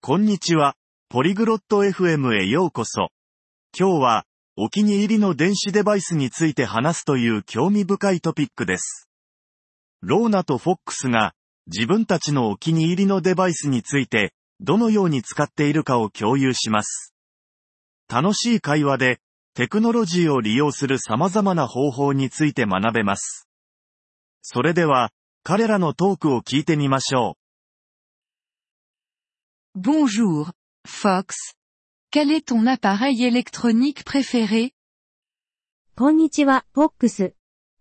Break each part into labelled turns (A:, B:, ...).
A: こんにちは。ポリグロット FM へようこそ。今日は、お気に入りの電子デバイスについて話すという興味深いトピックです。ローナとフォックスが、自分たちのお気に入りのデバイスについて、どのように使っているかを共有します。楽しい会話で、テクノロジーを利用する様々な方法について学べます。それでは、彼らのトークを聞いてみましょう。
B: Bonjour, Fox. Quel est ton appareil électronique préféré?
C: こんにちは、Fox。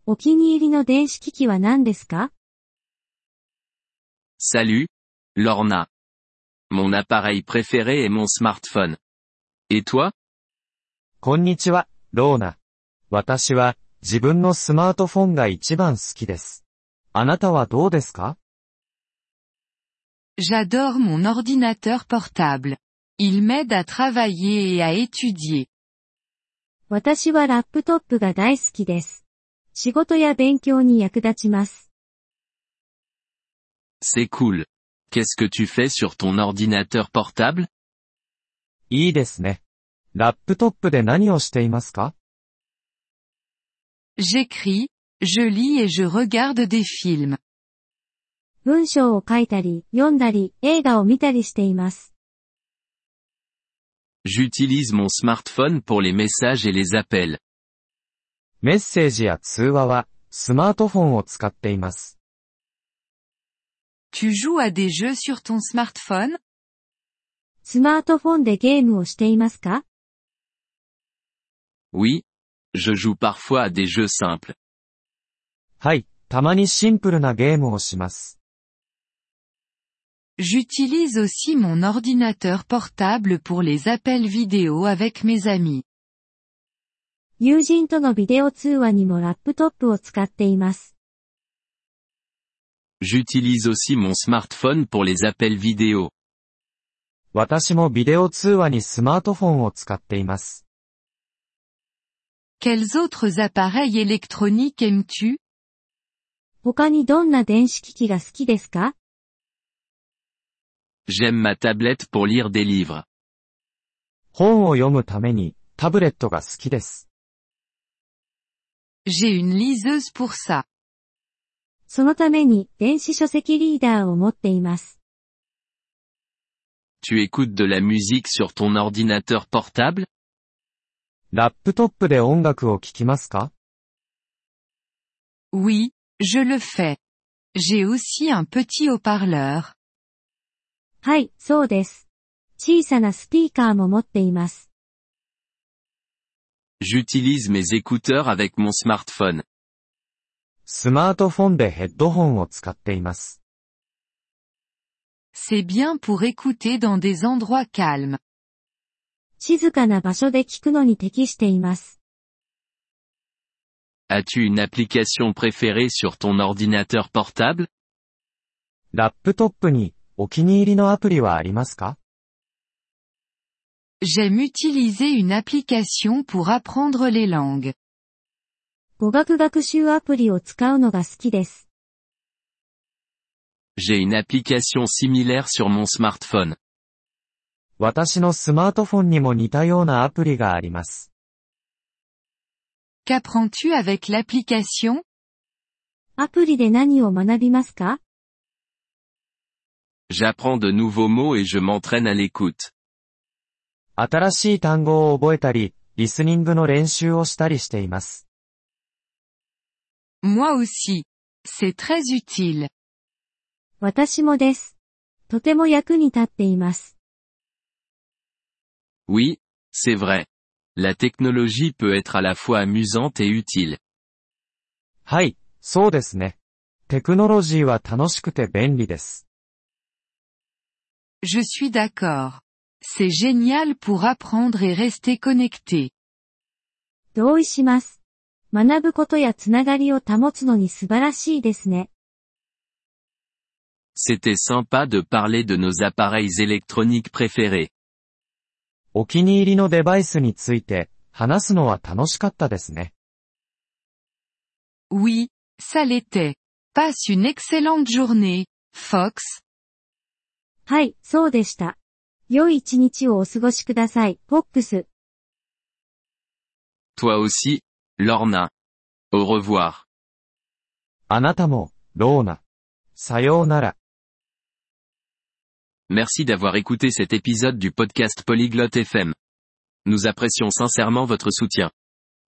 C: お気に入りの電子機器は何ですか
D: Salut, Lorna. Mon appareil préféré est mon smartphone. Et toi?
E: こんにちは、ローナ。私は、自分のスマートフォンが一番好きです。あなたはどうですか
B: J'adore mon ordinateur portable. Il m'aide à travailler et à étudier.
C: 私はラップトップが大好きです。仕事や勉強に役立ちます。
D: C'est cool. Qu'est-ce que tu fais sur ton ordinateur portable?
E: いいですね。ラップトップで何をしていますか
B: J'écris, je lis et je regarde des films.
C: 文章を書いたり、読んだり、映画を見たりしています。
D: J'utilise mon smartphone pour les messages et les appels.
E: メッセージや通話は、スマートフォンを使っています。
B: Tu joues à des jeux sur ton smartphone?
C: スマートフォンでゲームをしていますか
D: Oui, je joue parfois à des jeux simples.
E: はい、たまにシンプルなゲームをします。
B: J'utilise aussi mon ordinateur portable pour les appels vidéo avec mes amis.
C: 友人とのビデオ通話にもラップトップを使っています。
D: J'utilise aussi mon smartphone pour les appels vidéo.
E: 私もビデオ通話にスマートフォンを使っています。
B: Quels autres appareils électroniques aimes-tu?
C: 他にどんな電子機器が好きですか
D: J'aime ma tablette pour lire des livres.
E: 本を読むためにタブレットが好きです。
B: J'ai une liseuse pour ça.
C: そのために電子書籍リーダーを持っています。
D: Tu écoutes de la musique sur ton ordinateur portable?
E: ラップトップで音楽を聴きますか
B: Oui, je le fais. J'ai aussi un petit haut-parleur.
C: はい、そうです。小さなスピーカーも持っています。
D: J'utilise mes écouteurs avec mon smartphone.
E: スマートフォンでヘッドホンを使っています。
B: C'est bien pour écouter dans des endroits calmes.
C: 静かな場所で聞くのに適しています。
D: As-tu une application préférée sur ton ordinateur portable?
E: ラップトップにお気に入りのアプリはありますか
B: J'aime utiliser une application pour apprendre les langues.
C: 語学学習アプリを使うのが好きです。
D: J'ai une application similaire sur mon smartphone.
E: 私のスマートフォンにも似たようなアプリがあります。
B: Qu'apprends-tu avec l'application?
C: アプリで何を学びますか
D: J'apprends de nouveaux mots et je m'entraîne à l'écoute.
E: 新しい単語を覚えたり、リスニングの練習をしたりしています。
B: moi aussi。c'est très utile。
C: 私もです。とても役に立っています。
D: oui, c'est vrai。la technologie peut être à la fois amusante et utile。
E: はい、そうですね。テクノロジーは楽しくて便利です。
B: Je suis d'accord. C'est génial pour apprendre et rester connecté.
C: 同意します。学ぶことやつながりを保つのに素晴らしいですね。
D: C'était sympa de parler de nos appareils électroniques préférés.
E: お気に入りのデバイスについて話すのは楽しかったですね。
B: Oui, ça l'était. Passe une excellente journée, Fox.
C: はい、そうでした。良い一日をお過ごしください、フォックス。
D: Toi aussi, Lorna. Au revoir.
E: あなたも、ローナ。さようなら。
D: Merci d'avoir écouté cet épisode du podcast Polyglotte FM. Nous apprécions sincèrement votre soutien.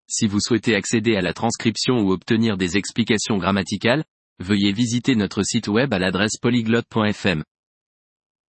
D: Si vous souhaitez accéder à la transcription ou obtenir des explications grammaticales, veuillez visiter notre site web à l'adresse polyglotte.fm.